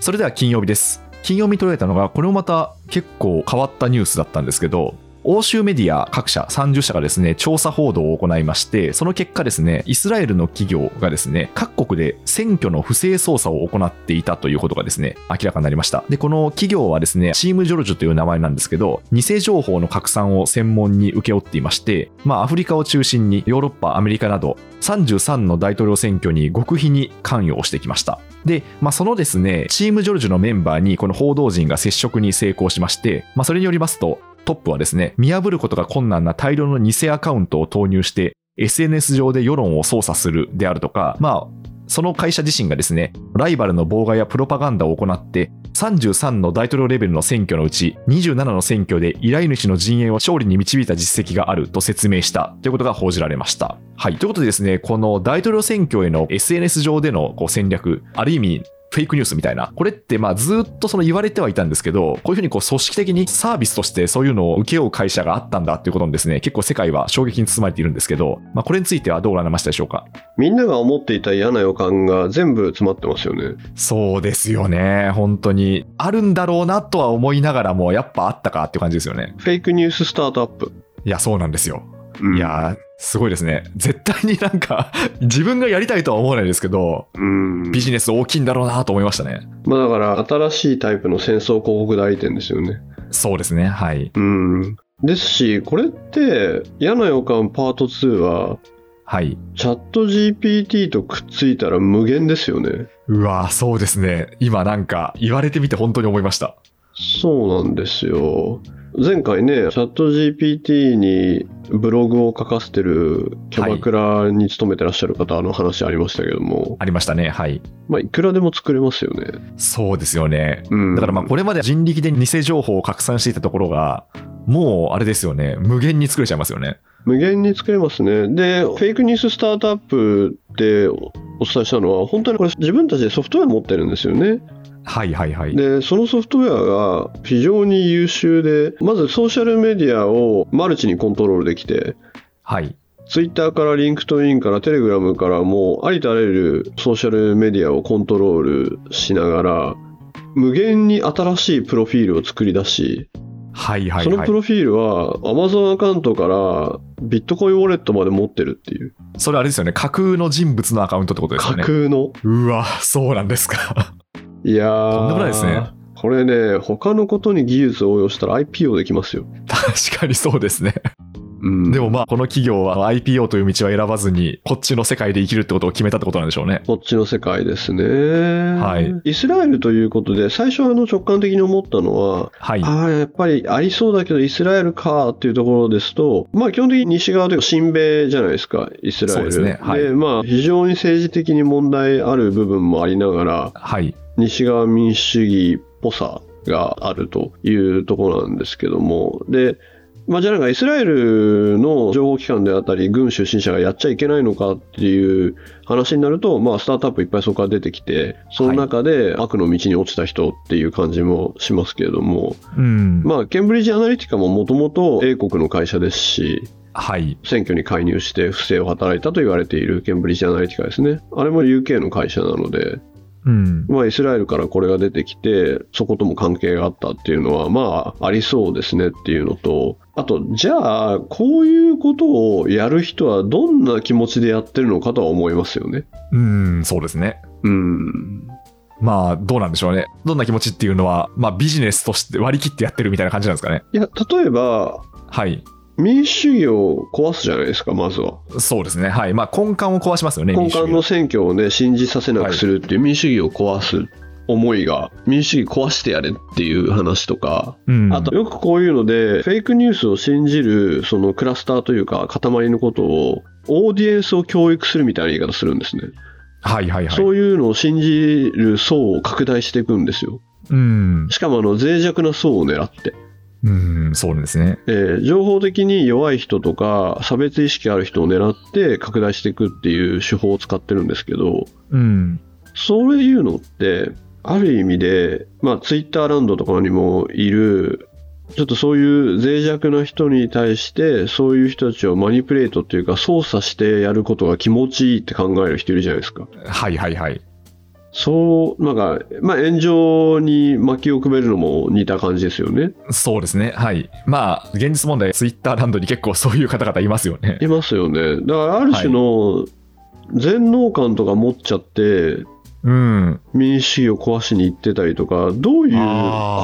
Speaker 2: それでは金曜日です金曜日に取り上げたのがこれもまた結構変わったニュースだったんですけど欧州メディア各社30社がですね調査報道を行いましてその結果ですねイスラエルの企業がですね各国で選挙の不正操作を行っていたということがですね明らかになりましたでこの企業はですねチームジョルジュという名前なんですけど偽情報の拡散を専門に請け負っていましてまあアフリカを中心にヨーロッパアメリカなど33の大統領選挙に極秘に関与をしてきましたで、まあ、そのですね、チームジョルジュのメンバーにこの報道陣が接触に成功しまして、まあ、それによりますと、トップはですね、見破ることが困難な大量の偽アカウントを投入して、SNS 上で世論を操作するであるとか、まあ、その会社自身がですね、ライバルの妨害やプロパガンダを行って、33の大統領レベルの選挙のうち、27の選挙で依頼主の陣営を勝利に導いた実績があると説明したということが報じられました。はい。ということでですね、この大統領選挙への SNS 上でのこう戦略、ある意味、フェイクニュースみたいな。これって、まあ、ずーっとその言われてはいたんですけど、こういうふうにこう組織的にサービスとしてそういうのを請け負う会社があったんだっていうことにですね、結構世界は衝撃に包まれているんですけど、まあ、これについてはどうご覧になりましたでしょうか
Speaker 3: みんなが思っていた嫌な予感が全部詰まってますよね。
Speaker 2: そうですよね、本当に。あるんだろうなとは思いながらも、やっぱあったかっていう感じですよね。
Speaker 3: フェイクニューススタートアップ。
Speaker 2: いや、そうなんですよ。
Speaker 3: うん
Speaker 2: いやー、すごいですね。絶対になんか、 [LAUGHS] 自分がやりたいとは思わないですけど、
Speaker 3: うん
Speaker 2: ビジネス大きいんだろうなと思いましたね。
Speaker 3: まあだから新しいタイプの戦争広告代理店ですよね。
Speaker 2: そうですね、はい。
Speaker 3: うん。ですし、これって嫌な予感パート2は
Speaker 2: はい。
Speaker 3: チャット GPT とくっついたら無限ですよね。
Speaker 2: うわー、そうですね。今なんか、言われてみて本当に思いました。
Speaker 3: そうなんですよ。前回ね、チャット GPT にブログを書かせてるキャバクラに勤めてらっしゃる方の話ありましたけども、
Speaker 2: ありましたね、はい。
Speaker 3: まあいくらでも作れますよね。
Speaker 2: そうですよね。
Speaker 3: うん。
Speaker 2: だからまあ、これまで人力で偽情報を拡散していたところが、もうあれですよね、無限に作れちゃいますよね。
Speaker 3: 無限に作れますね。で、フェイクニューススタートアップでお伝えしたのは、本当にこれ自分たちでソフトウェア持ってるんですよね。
Speaker 2: はいはいはい。
Speaker 3: で、そのソフトウェアが非常に優秀で、まずソーシャルメディアをマルチにコントロールできて、
Speaker 2: はい。
Speaker 3: ツイッターからリンクトインからテレグラムからもうありとあらゆるソーシャルメディアをコントロールしながら、無限に新しいプロフィールを作り出し、
Speaker 2: はいはい
Speaker 3: その
Speaker 2: はい
Speaker 3: プ。ロフィールは Amazon アカウントからビットコインウォレットまで持ってるっていう
Speaker 2: それあれですよね。架空の人物のアカウントってことです
Speaker 3: 架
Speaker 2: よね。
Speaker 3: 空の
Speaker 2: うわ、そうなんですか。 [LAUGHS]
Speaker 3: いやー
Speaker 2: とんでもないですね
Speaker 3: これね他のことに技術を応用したら IPO できますよ、
Speaker 2: 確かにそうですね。
Speaker 3: うん
Speaker 2: でもまあ、この企業は IPO という道は選ばずに、こっちの世界で生きるってことを決めたってことなんでしょうね。
Speaker 3: こっちの世界ですね、
Speaker 2: はい
Speaker 3: イスラエルということで最初あの直感的に思ったのは
Speaker 2: はい。
Speaker 3: ああやっぱりありそうだけどイスラエルかっていうところですと、まあ、基本的に西側というか親米じゃないですかイスラエル
Speaker 2: そうですねはい
Speaker 3: でまあ、非常に政治的に問題ある部分もありながら
Speaker 2: はい。
Speaker 3: 西側民主主義っぽさがあるというところなんですけどもでまあ、じゃあなんかイスラエルの情報機関であったり軍出身者がやっちゃいけないのかっていう話になると、まあ、スタートアップいっぱいそこから出てきてその中で悪の道に落ちた人っていう感じもしますけれども、
Speaker 2: うん。
Speaker 3: まあ、ケンブリッジ・アナリティカももともと英国の会社ですし、
Speaker 2: はい。
Speaker 3: 選挙に介入して不正を働いたと言われているケンブリッジ・アナリティカですね。あれも UK の会社なので、
Speaker 2: うん。
Speaker 3: まあ、イスラエルからこれが出てきて、そことも関係があったっていうのは、まあ、ありそうですねっていうのと、あと、じゃあ、こういうことをやる人はどんな気持ちでやってるのかとは思いますよね。
Speaker 2: うん、そうですね。
Speaker 3: うん。
Speaker 2: まあ、どうなんでしょうね。どんな気持ちっていうのは、まあ、ビジネスとして割り切ってやってるみたいな感じなんですかね。
Speaker 3: いや、例えば、
Speaker 2: はい。
Speaker 3: 民主主義を壊すじゃないですか、まずは。
Speaker 2: そうですね。はい。まあ、根幹を壊しますよね、
Speaker 3: 根
Speaker 2: 民主主
Speaker 3: 幹
Speaker 2: 義
Speaker 3: の選挙をね信じさせなくするっていう民主主義を壊す思いが民主主義壊してやれっていう話とか、
Speaker 2: うん、
Speaker 3: あと、よくこういうのでフェイクニュースを信じるそのクラスターというか塊のことをオーディエンスを教育するみたいな言い方するんですね、
Speaker 2: はいはいはい。
Speaker 3: そういうのを信じる層を拡大していくんですよ
Speaker 2: うん。
Speaker 3: しかもあの脆弱な層を狙って、
Speaker 2: うん、そうなんですね。
Speaker 3: えー情報的に弱い人とか差別意識ある人を狙って拡大していくっていう手法を使ってるんですけど
Speaker 2: うん。
Speaker 3: そういうのって、ある意味で、まあ、ツイッターランドとかにもいる、ちょっとそういう脆弱な人に対して、そういう人たちをマニプレートっていうか、操作してやることが気持ちいいって考える人いるじゃないですか。
Speaker 2: はいはいはい。
Speaker 3: そう、なんか、まあ、炎上に薪をくべるのも似た感じですよね。
Speaker 2: そうですね。はい。まあ、現実問題、ツイッターランドに結構そういう方々いますよね。
Speaker 3: いますよね。だから、ある種の全能感とか持っちゃって、
Speaker 2: うん。
Speaker 3: 民主主義を壊しに行ってたりとか、どういう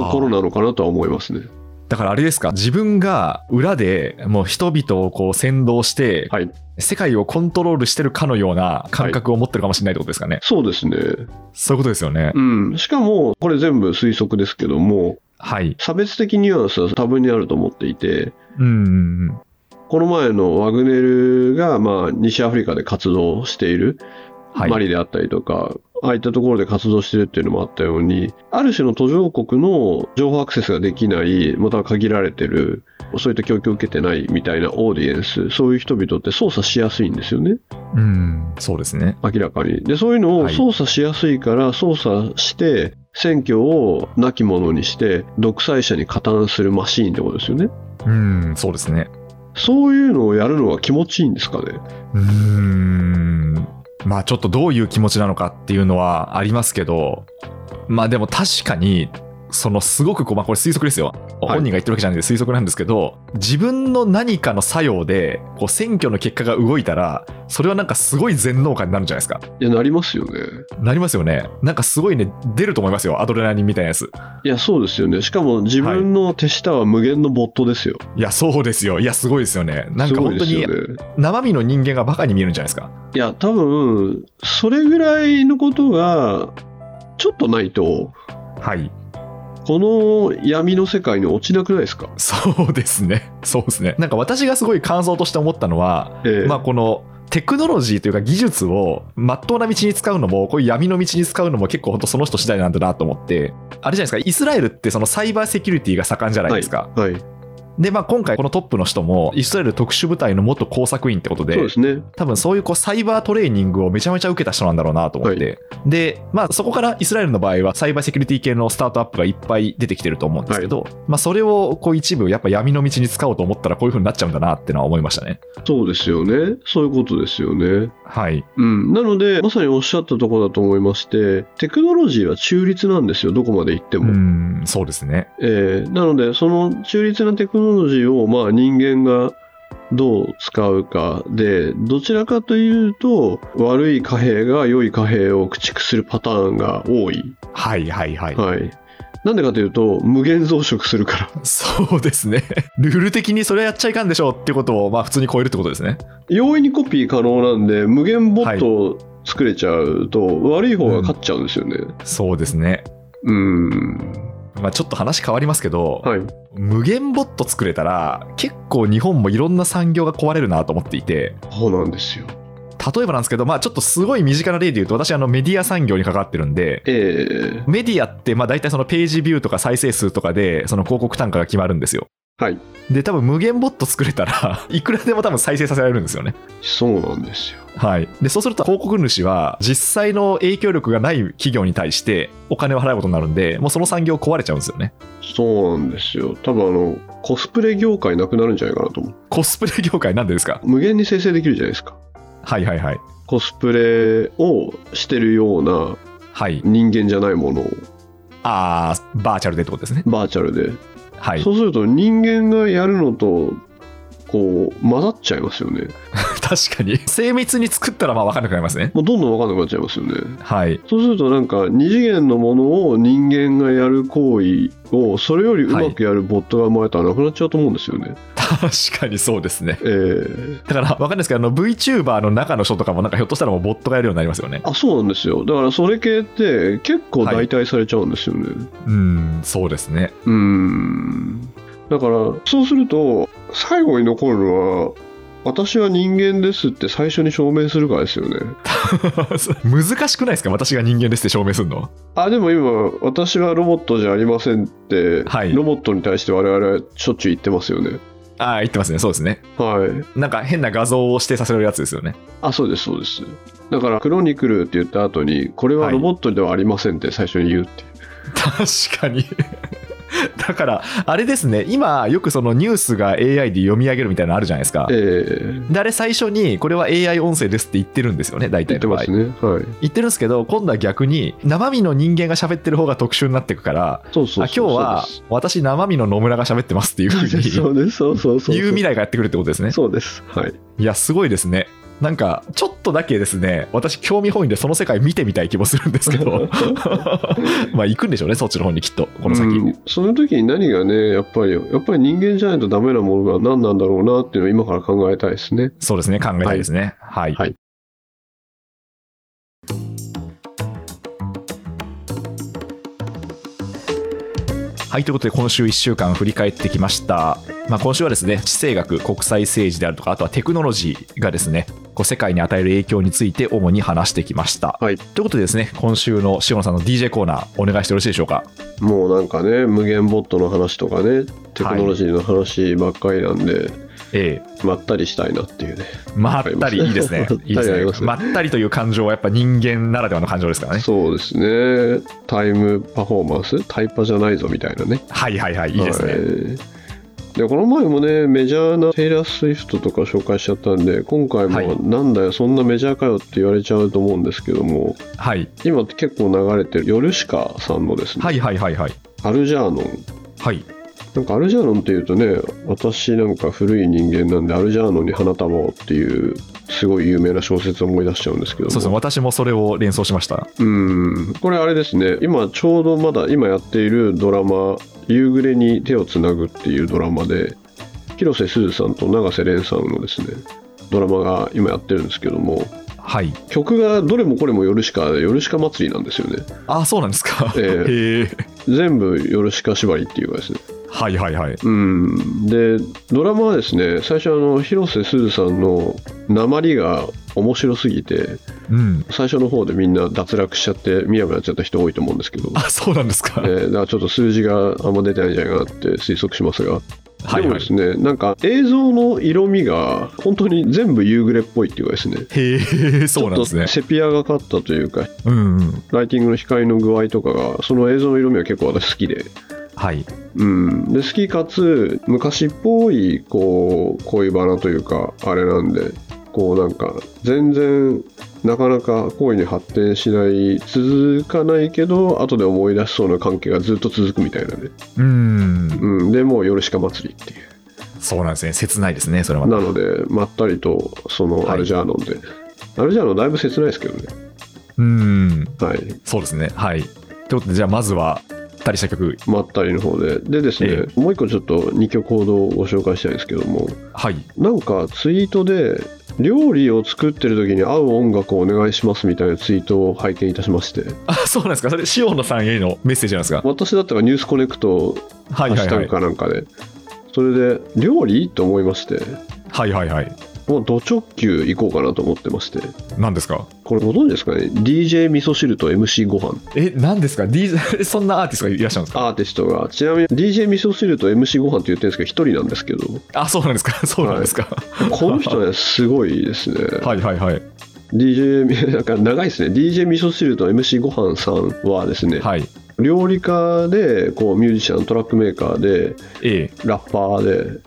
Speaker 3: 心なのかなとは思いますね。
Speaker 2: だからあれですか、自分が裏でもう人々をこう先導して、
Speaker 3: はい
Speaker 2: 世界をコントロールしてるかのような感覚を持ってるかもしれないってことですかね。
Speaker 3: そうですね。
Speaker 2: そういうことですよね。
Speaker 3: うん、しかも、これ全部推測ですけども、
Speaker 2: はい。
Speaker 3: 差別的ニュアンスは多分にあると思っていて、
Speaker 2: うんうんうん。
Speaker 3: この前のワグネルが、まあ、西アフリカで活動している、
Speaker 2: はい。
Speaker 3: マリであったりとか、ああいったところで活動してるっていうのもあったように、ある種の途上国の情報アクセスができない、または限られてる、そういった教育を受けてないみたいなオーディエンス、そういう人々って操作しやすいんですよね。
Speaker 2: うん、そうですね。
Speaker 3: 明らかに。で、そういうのを
Speaker 2: はい
Speaker 3: 操作しやすいから、操作して、選挙をなきものにして、独裁者に加担するマシーンってことですよね。
Speaker 2: うん、そうですね。
Speaker 3: そういうのをやるのは気持ちいいんですかね。
Speaker 2: うーん。まあちょっとどういう気持ちなのかっていうのはありますけど、まあでも確かに、そのすごくこう、まあこれ推測ですよ。
Speaker 3: はい
Speaker 2: 本人が言ってるわけじゃないんで推測なんですけど、自分の何かの作用で、こう選挙の結果が動いたら、それはなんかすごい全能感になるんじゃないですか。
Speaker 3: いや、なりますよね。
Speaker 2: なりますよね。なんかすごいね、出ると思いますよ。アドレナリンみたいなやつ。
Speaker 3: いや、そうですよね。しかも、自分の手下は無限のボットですよ。
Speaker 2: いや、そうですよ。いや、すごいですよね。なん
Speaker 3: す
Speaker 2: か
Speaker 3: ご
Speaker 2: 本
Speaker 3: いで
Speaker 2: 当
Speaker 3: す
Speaker 2: に
Speaker 3: よね。
Speaker 2: 生身の人間がバカに見えるんじゃないですか。
Speaker 3: いや、多分、それぐらいのことが、ちょっとないと、
Speaker 2: はい。
Speaker 3: この闇の世界に落ちなくないですか、
Speaker 2: そうですね。 [LAUGHS] そうですね。なんか私がすごい感想として思ったのは、
Speaker 3: ええ
Speaker 2: まあこの、テクノロジーというか技術を真っ当な道に使うのも、こういう闇の道に使うのも結構本当その人次第なんだなと思って、あれじゃないですか、イスラエルってそのサイバーセキュリティが盛んじゃないですか。
Speaker 3: はい、
Speaker 2: で、まあ今回このトップの人も、イスラエル特殊部隊の元工作員ってことで、
Speaker 3: そうですね。
Speaker 2: 多分そういうこうサイバートレーニングをめちゃめちゃ受けた人なんだろうなと思って、で、まあ、そこからイスラエルの場合はサイバーセキュリティ系のスタートアップがいっぱい出てきてると思うんですけど、まあ、それをこう一部やっぱ闇の道に使おうと思ったらこういう風になっちゃうんだなってのは思いましたね。
Speaker 3: そうですよね。そういうことですよね。
Speaker 2: はい、
Speaker 3: うん、なので、まさにおっしゃったところだと思いまして、テクノロジーは中立なんですよ、どこまで行って
Speaker 2: う
Speaker 3: も。
Speaker 2: んそうですね。
Speaker 3: えーなので、その中立なテクノロジーを、まあ、人間がどう使うかで、どちらかというと、悪い貨幣が良い貨幣を駆逐するパターンが多い。
Speaker 2: はいはいはい。
Speaker 3: はい。なんでかというと、無限増殖するから。 [LAUGHS]
Speaker 2: そうですね。ルール的にそれはやっちゃいかんでしょうっていうことを、まあ普通に超えるってことですね。
Speaker 3: 容易にコピー可能なんで、無限ボットを作れちゃうと、悪い方が勝っちゃうんですよね。
Speaker 2: そうですね。
Speaker 3: うん。
Speaker 2: まあちょっと話変わりますけど、
Speaker 3: はい。
Speaker 2: 無限ボット作れたら、結構日本もいろんな産業が壊れるなと思っていて、
Speaker 3: そうなんですよ。
Speaker 2: 例えばなんですけど、まあちょっとすごい身近な例で言うと、私あのメディア産業に関わってるんで、
Speaker 3: え
Speaker 2: メディアってまあ大体そのページビューとか再生数とかでその広告単価が決まるんですよ。
Speaker 3: ーはい。
Speaker 2: で、多分無限ボット作れたら [LAUGHS] いくらでも多分再生させられるんですよね。
Speaker 3: そうなんですよ。
Speaker 2: はい。で、そうすると広告主は実際の影響力がない企業に対してお金を払うことになるんで、もうその産業壊れちゃうんですよね。
Speaker 3: そうなんですよ。多分あの、コスプレ業界なくなるんじゃないかなと思う。
Speaker 2: コスプレ業界なんでですか
Speaker 3: 無限に生成できるじゃないですか。
Speaker 2: はいはいはい。
Speaker 3: コスプレをしてるような
Speaker 2: はい。
Speaker 3: 人間じゃないものを
Speaker 2: あー、バーチャルでってことですね。
Speaker 3: バーチャルで、
Speaker 2: はい。
Speaker 3: そうすると人間がやるのとこう混ざっちゃいますよね
Speaker 2: 確かに。精密に作ったらまあ分かんなくなりますね。
Speaker 3: もうどんどん分かんなくなっちゃいますよね
Speaker 2: はい。
Speaker 3: そうするとなんか二次元のものを人間がやる行為をそれよりうまくやるボットが生まれたらなくなっちゃうと思うんですよね、
Speaker 2: 確かにそうですね。
Speaker 3: えー
Speaker 2: だから分かんないですけど、あの VTuber の中の人とかもなんかひょっとしたらもうボットがやるようになりますよね。
Speaker 3: あそうなんですよだからそれ系って結構代替されちゃうんですよね、
Speaker 2: うん、そうですね。 [LAUGHS]
Speaker 3: うーんだからそうすると最後に残るのは私は人間ですって最初に証明するからですよね
Speaker 2: 難しくないですか私が人間ですって証明するの。
Speaker 3: あでも今私はロボットじゃありませんって、
Speaker 2: はい
Speaker 3: ロボットに対して我々はしょっちゅう言ってますよね
Speaker 2: ああ、言ってますね。そうですね。
Speaker 3: はい
Speaker 2: なんか変な画像を指定させるやつですよね。
Speaker 3: あそうですそうですだからクロニクルって言った後にこれはロボットではありませんって最初に言うっていう、
Speaker 2: 確かに。 [LAUGHS] だから、あれですね。今、よくそのニュースが AI で読み上げるみたいなのあるじゃないですか。
Speaker 3: えー
Speaker 2: であれ最初に、これは AI 音声ですって言ってるんですよね。大
Speaker 3: 言
Speaker 2: 体
Speaker 3: って
Speaker 2: の場合。
Speaker 3: ますねはい
Speaker 2: 言ってるんですけど、今度は逆に、生身の人間が喋ってる方が特殊になってくから、
Speaker 3: そうそうそう
Speaker 2: あ今日は私生身の野村が喋ってますっていう
Speaker 3: [LAUGHS] そう
Speaker 2: 風
Speaker 3: で
Speaker 2: に
Speaker 3: すそうですそうそうそう
Speaker 2: 言う未来がやってくるってことですね
Speaker 3: そうですはい
Speaker 2: いやすごいですねなんかちょっとだけですね私興味本位でその世界見てみたい気もするんですけ
Speaker 3: [LAUGHS]
Speaker 2: どまあ行くんでしょうねそっちの方にきっとこの先、
Speaker 3: うんその時に何がねやっぱりやっぱり人間じゃないとダメなものが何なんだろうなっていうのを今から考えたいですね
Speaker 2: そうですね考えたいですねはい、
Speaker 3: はい
Speaker 2: はいということで今週1週間振り返ってきました、まあ、今週はですね地政学国際政治であるとかあとはテクノロジーがですねこう世界に与える影響について主に話してきました、
Speaker 3: はい
Speaker 2: ということでですね今週の塩野さんの DJ コーナーお願いしてよろしいでしょうか
Speaker 3: もうなんかね無限ボットの話とかねテクノロジーの話ばっかりなんで、
Speaker 2: ええ
Speaker 3: まったりしたいなっていうね
Speaker 2: まったりいいです
Speaker 3: [LAUGHS]
Speaker 2: ねいいです
Speaker 3: まったりあ
Speaker 2: ね
Speaker 3: りますね
Speaker 2: まったりという感情はやっぱ人間ならではの感情ですからね
Speaker 3: そうですねタイムパフォーマンスタイパじゃないぞみたいなね
Speaker 2: はいはいはいいいですね、
Speaker 3: はいでこの前もねメジャーなテイラー・スウィフトとか紹介しちゃったんで今回
Speaker 2: はい
Speaker 3: もなんだよそんなメジャーかよって言われちゃうと思うんですけども、
Speaker 2: はい、
Speaker 3: 今結構流れてるヨルシカさんのですね、
Speaker 2: はいはいはいはい
Speaker 3: アルジャーノン
Speaker 2: はい
Speaker 3: なんかアルジャーノンっていうとね私なんか古い人間なんでアルジャーノンに花束をっていうすごい有名な小説を思い出しちゃうんですけども
Speaker 2: そうですね私もそれを連想しました
Speaker 3: うんこれあれですね今ちょうどまだ今やっているドラマ「夕暮れに手をつなぐ」っていうドラマで広瀬すずさんと永瀬廉さんのですねドラマが今やってるんですけども
Speaker 2: はい
Speaker 3: 曲がどれもこれもヨルシカでヨルシカ祭りなんですよね
Speaker 2: あそうなんですか
Speaker 3: ええ
Speaker 2: へえ
Speaker 3: 全部ヨルシカ縛りっていうかですね
Speaker 2: はいはいはい
Speaker 3: うん、でドラマはですね最初あの広瀬すずさんの鉛が面白すぎて
Speaker 2: うん
Speaker 3: 最初の方でみんな脱落しちゃってみやみやっちゃった人多いと思うんですけど、
Speaker 2: あそうなんですか、
Speaker 3: えーだからちょっと数字があんま出てないんじゃないかなって推測しますが、
Speaker 2: はい
Speaker 3: で
Speaker 2: は
Speaker 3: も
Speaker 2: い
Speaker 3: ですねなんか映像の色味が本当に全部夕暮れっぽいっていうかですね
Speaker 2: へえそうなんですね
Speaker 3: ちょっとセピアがかったというか
Speaker 2: うんうん
Speaker 3: ライティングの光の具合とかがその映像の色味は結構私好きで
Speaker 2: はい
Speaker 3: うん、で好きかつ昔っぽいこう恋バナというかあれなんでこうなんか全然なかなか行為に発展しない続かないけど後で思い出しそうな関係がずっと続くみたいなね、
Speaker 2: うーん、
Speaker 3: うん、でもうヨルシカ祭りっていう
Speaker 2: そうなんですね、切ないですね、それは。
Speaker 3: なのでまったりとその
Speaker 2: はい
Speaker 3: アルジャーノンで、アルジャーノンだいぶ切ないですけどね
Speaker 2: うーん、
Speaker 3: はい
Speaker 2: そうですね、はい。ということで、じゃあ、まずは、二人した曲、
Speaker 3: まったりの方ででですね、
Speaker 2: え
Speaker 3: もう一個ちょっと2曲行動をご紹介したいんですけども
Speaker 2: はい、
Speaker 3: なんかツイートで料理を作ってる時に合う音楽をお願いしますみたいなツイートを拝見いたしまして
Speaker 2: あそうなんですか、それ、塩野さんへのメッセージなんですか。
Speaker 3: 私だったらニュースコネク
Speaker 2: はい
Speaker 3: トハッ
Speaker 2: は
Speaker 3: シ
Speaker 2: い
Speaker 3: ュタ
Speaker 2: は
Speaker 3: グ
Speaker 2: い。
Speaker 3: かなんかで、それで料理と思いまして
Speaker 2: はいはいはい。
Speaker 3: もうド直球行こうかなと思ってまして
Speaker 2: 何ですか
Speaker 3: これご存知ですかね DJ 味噌汁と MC ご飯
Speaker 2: え、何ですか DJ そんなアーティストがいらっしゃるんですか
Speaker 3: アーティストがちなみに DJ 味噌汁と MC ご飯って言ってるんですけど一人なんですけど
Speaker 2: あ、そうなんですか [LAUGHS] そうなんですか、
Speaker 3: この人ねすごいですね、 [LAUGHS]
Speaker 2: はい、はいはいはい。
Speaker 3: DJ なんか長いですね DJ 味噌汁と MC ご飯さんはですね、
Speaker 2: はい。
Speaker 3: 料理家でこうミュージシャントラックメーカーで
Speaker 2: ええ、
Speaker 3: ラッパーで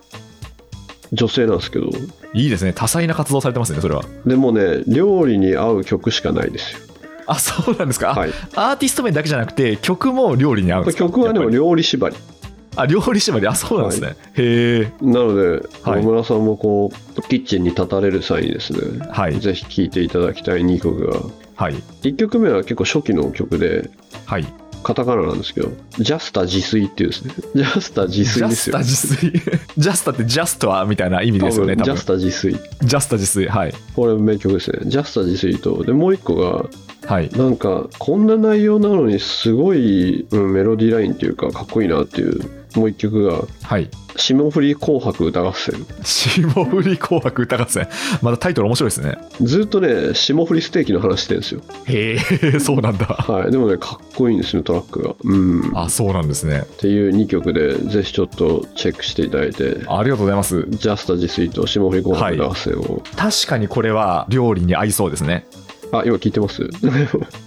Speaker 3: 女性なんですけど
Speaker 2: いいですね。多彩な活動されてますね、それは。
Speaker 3: でもね料理に合う曲しかないですよ
Speaker 2: [LAUGHS] あ、そうなんですか、
Speaker 3: はい
Speaker 2: アーティスト名だけじゃなくて、曲も料理に合うんですか
Speaker 3: 曲はでも
Speaker 2: やっ
Speaker 3: 料理縛り
Speaker 2: ぱりあ、料理縛り。あ、そうなんですね。へえ。
Speaker 3: なので
Speaker 2: は
Speaker 3: 野
Speaker 2: い
Speaker 3: 村さんもこうキッチンに立たれる際にですね、
Speaker 2: はい
Speaker 3: ぜひ聴いていただきたい2曲が
Speaker 2: はい。
Speaker 3: 1曲目は結構初期の曲で
Speaker 2: はい。
Speaker 3: カタカナなんですけど「ジャスタ自炊」っていうですね [LAUGHS] 「ジャスタ自
Speaker 2: ジ
Speaker 3: 炊」
Speaker 2: ャ
Speaker 3: で
Speaker 2: ス
Speaker 3: す
Speaker 2: タ
Speaker 3: よ
Speaker 2: 自炊。 [LAUGHS] ジャスタってジャストはみたいな意味ですよね、
Speaker 3: 多
Speaker 2: 多
Speaker 3: 分
Speaker 2: 分。
Speaker 3: ジャスタ自炊
Speaker 2: ジャスタ自炊。はい。
Speaker 3: これ名曲ですねジャスタ自炊とでもう一個が
Speaker 2: はい。
Speaker 3: なんかこんな内容なのにすごい、うんメロディーラインっていうかかっこいいなっていうもう一曲が
Speaker 2: はい。
Speaker 3: 「霜降り紅白歌合戦
Speaker 2: 霜降り紅白歌合戦。まだタイトル面白いですね。」
Speaker 3: ずっとね霜降りステーキの話してるんですよ
Speaker 2: へえ、そうなんだ。
Speaker 3: はいでもねかっこいいんですよトラックがうんっ
Speaker 2: あ、そうなんですね。
Speaker 3: ていう2曲でぜひちょっとチェックしていただいて
Speaker 2: ありがとうございます
Speaker 3: 「ジャスタ自炊」と「霜降り紅白歌合戦を」
Speaker 2: 確かにこれは料理に合いそうですね
Speaker 3: あ今聞いてます [LAUGHS]
Speaker 2: い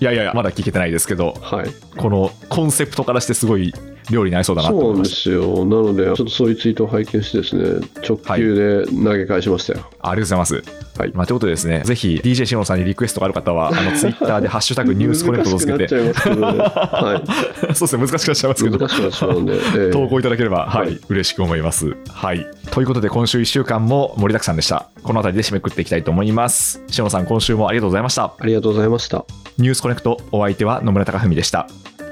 Speaker 2: やいやいやまだ聞けてないですけど
Speaker 3: はい
Speaker 2: このコンセプトからしてすごい料理に合いそうだなと
Speaker 3: そう
Speaker 2: 思
Speaker 3: ないん
Speaker 2: ま
Speaker 3: で
Speaker 2: し
Speaker 3: すよなのでちょっとそういうツイートを拝見してですね直球で投げ返しましたよ、
Speaker 2: たありがとうございます
Speaker 3: はい
Speaker 2: まあ、ということでですね、ぜひ DJ シオンさんにリクエストがある方は、
Speaker 3: [LAUGHS]
Speaker 2: あのツイッターでハッシュタグニュースコネクトをつけて、
Speaker 3: 難しくなっちゃいますけ
Speaker 2: [LAUGHS]
Speaker 3: どね、は
Speaker 2: そうですね、難しくなっちゃいますけ
Speaker 3: い、
Speaker 2: ど
Speaker 3: 難、しくなっちゃうんで、ええ
Speaker 2: 投稿いただければ、はい、
Speaker 3: はい
Speaker 2: 嬉しく思います。はい。ということで、今週1週間も盛りだくさんでした。この辺りで締めくくっていきたいと思います。シオンさん、今週もありがとうございました。
Speaker 3: ありがとうございました。
Speaker 2: ニュースコネクトお相手は野村貴文でした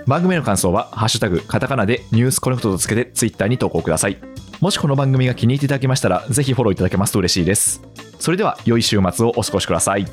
Speaker 2: 番組への感想は「ハッシュタグカタカナ」で「ニュースコネクト」とつけてツイッターに投稿くださいもしこの番組が気に入っていただけましたらぜひフォローいただけますと嬉しいですそれでは良い週末をお過ごしください